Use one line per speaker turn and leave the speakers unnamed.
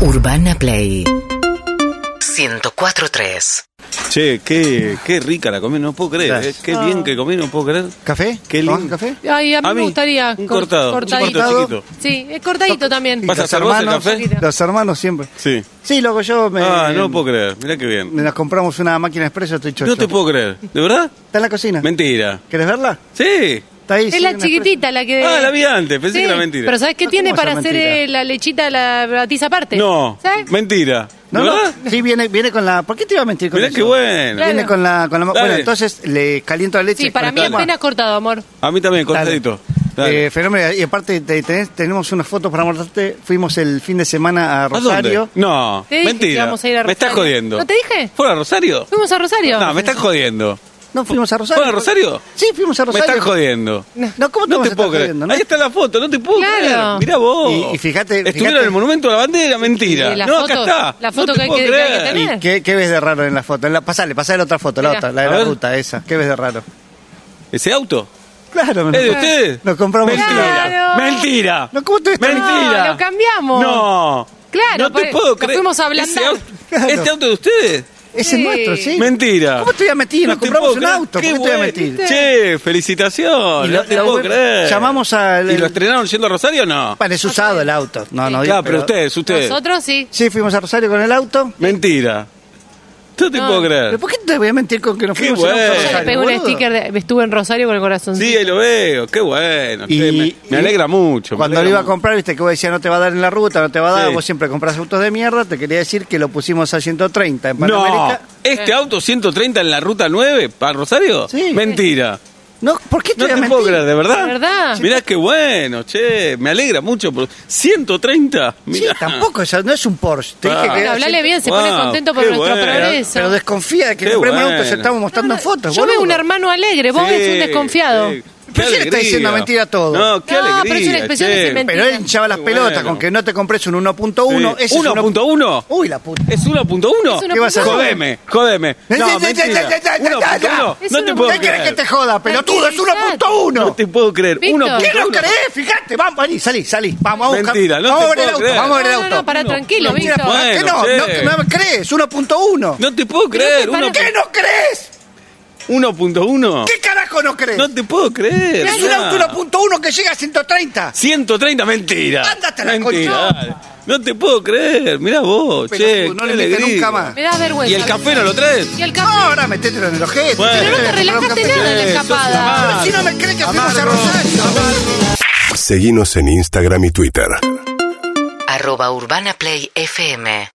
Urbana Play 104.3
Che, qué, qué rica la comí, no puedo creer.
Gracias. Ah.
eh. Qué bien que comí, no puedo creer.
¿Café?
Qué
¿Tomás
lindo.
café?
Ay, a mí,
A mí,
me gustaría.
un
cor-
cortado, un
cortadito.
corto
chiquito.
Sí, es cortadito también.
¿Vas a
los
hacer vos el
hermanos?
café?
Los hermanos siempre.
Sí.
Sí, loco, yo me. eh,
Ah, no puedo creer. Mirá qué bien.
Me las compramos una máquina expresa, estoy chocho.
No te puedo creer. ¿De verdad?
Está en la cocina.
Mentira.
¿Querés verla?
Sí.
Está ahí. sí,
Es la
una
chiquitita la que...
Ah, la vi antes. Pensé
Sí,
que era mentira.
Pero ¿sabes qué
No,
tiene
¿cómo
para
esa
hacer
mentira?
eh, la lechita, la batiza aparte?
No.
¿Sabes?
Mentira.
expresa.
¿De
No,
verdad?
no. Sí, viene, viene con la. ¿Por qué te iba a mentir con
Mirá
eso?
qué bueno.
Claro.
Viene con la. Con la...
Dale.
Bueno, entonces le caliento la leche.
Sí, para
con
mí
la
Dale.
apenas cortado, amor.
A mí también,
Dale.
cortadito.
Eh, fenómeno, y aparte te- tenés- tenemos unas fotos para mostrarte. Fuimos el fin de semana a
¿A dónde?
Rosario.
No,
Te dije
mentira.
que íbamos a ir a
Me estás
Rosario.
jodiendo.
¿No te dije?
¿Fueron a Rosario?
Fuimos a Rosario.
No, me estás jodiendo.
No, fuimos a Rosario.
¿Fueron a Rosario?
Sí, fuimos a
Me
Rosario.
estás jodiendo.
No, ¿cómo te
No
vas
te
a estar
puedo creer.
jodiendo, no?
Ahí está la foto, no te puedo
Claro.
creer. Mirá vos.
Y- y fíjate-
Estuvieron
fíjate-
en el monumento de la bandera, mentira.
Y la
no, acá
foto-
está.
la foto
No te
que hay
puedo
que- que hay que
creer.
tener.
¿Y qué, qué ves de raro en la foto? En la, pasale, pasale la otra foto, la
Mirá.
otra, la de
A
la
ver.
ruta esa. ¿Qué ves de raro?
¿Ese auto?
Claro,
¿Es de ustedes?
Nos compramos un
Mentira.
Claro.
Mentira.
No, ¿cómo te ves tan-
Mentira.
No, lo cambiamos.
No.
Claro,
No te
pare-
puedo
lo
creer.
fuimos a ablandar.
Ese auto-
Claro.
¿Este auto de ustedes?
Ese
Sí.
es nuestro, sí.
Mentira.
¿Cómo te voy a mentir? Nos
No te
compramos
puedo
un
creer.
auto. ¿Por
Qué
qué te voy a
bueno.
mentir?
Che, felicitaciones.
Y lo-
no te
lo
puedo
bueno-
creer.
llamamos al-
¿Y lo estrenaron yendo a Rosario o no?
Bueno, es usado el auto. No, no,
Claro, pero ustedes, ustedes.
Nosotros sí.
Sí, fuimos a Rosario con el auto.
Mentira. No te
No.
puedo creer.
¿Pero por qué te voy a mentir con que nos
Qué
fuimos en auto a
bueno.
Yo
Rosario,
le pegué un
boludo?
sticker de... Estuve en Rosario con el corazón.
Sí, ahí lo veo, qué bueno. che, me, me
y
alegra mucho. me
Cuando lo
alegra
iba a
mucho.
comprar, viste que vos decías no te va a dar en la ruta, no te va a dar,
Sí.
vos siempre compras autos de mierda, te quería decir que lo pusimos a 130 en
No,
Panamérica.
este auto 130 en la ruta 9 para Rosario?
Sí.
Mentira.
No, ¿por qué te
No
voy a
te
mentir?
puedo creer, ¿de verdad?
¿De verdad?
Mirá qué bueno, che, me alegra mucho. Por... 130.
Sí,
Mirá.
tampoco, eso no es un Porsche. Te dije
Ah.
que
Bueno, hablale bien, se
Wow,
pone contento por
qué
nuestro
bueno.
progreso.
Pero desconfía de que
Qué
compré un
bueno.
auto, se estamos mostrando en fotos.
Yo veo
boludo.
un hermano alegre, vos
Sí,
ves un desconfiado.
sí. Qué
Pero sí le está
alegría.
diciendo mentira a todo.
No, qué
No, pero es
alegría.
una expresión
che.
de cemento.
Pero él hinchaba las
Qué
pelotas
bueno.
con que no te compres un 1.1.
Sí.
ese es uno-
¿1.1?
Uy, la puta.
¿Es 1.1?
Es
¿Qué vas a Eh, hacer?
Jodeme, jodeme. No, mentira. 1.1.
Es
No te
1.1.
puedo
¿Qué querés que
creer.
te joda, pelotudo? Es
Tranquilizate.
1.1.
No te puedo creer.
¿Viste?
1.1.
¿Qué no crees? Fíjate, vamos, vení, salí, salí. Vamos a buscar.
Mentira, no
vamos
te
a ver el
puedo
auto,
creer.
vamos a ver el
No,
auto.
no, no, para tranquilo,
Mentira,
Víctor.
bueno.
¿Qué no?
che.
No, que no me crees, 1.1.
No te puedo creer.
te parece-
uno-
¿Qué no crees?
1.1.
¿Qué carajo no crees?
No te puedo creer.
es un
mirá.
auto 1.1 que llega a 130.
130, mentira.
Ándate a la
mentira.
concha.
dale. No te puedo creer. Mirá vos,
Pero
che.
tú, no
qué
le metes
alegría.
nunca más.
Me da vergüenza.
¿Y el café no lo traes?
Y el
No,
café.
ahora metételo en el ojete.
Bueno.
si
Pero no
querés,
te
bronca,
relajaste nada en la
Eh, sos una
escapada.
Pero si no me crees que fuimos a
Amargo.
Rosario.
Seguimos en Instagram y Twitter.
arroba Urbana Play FM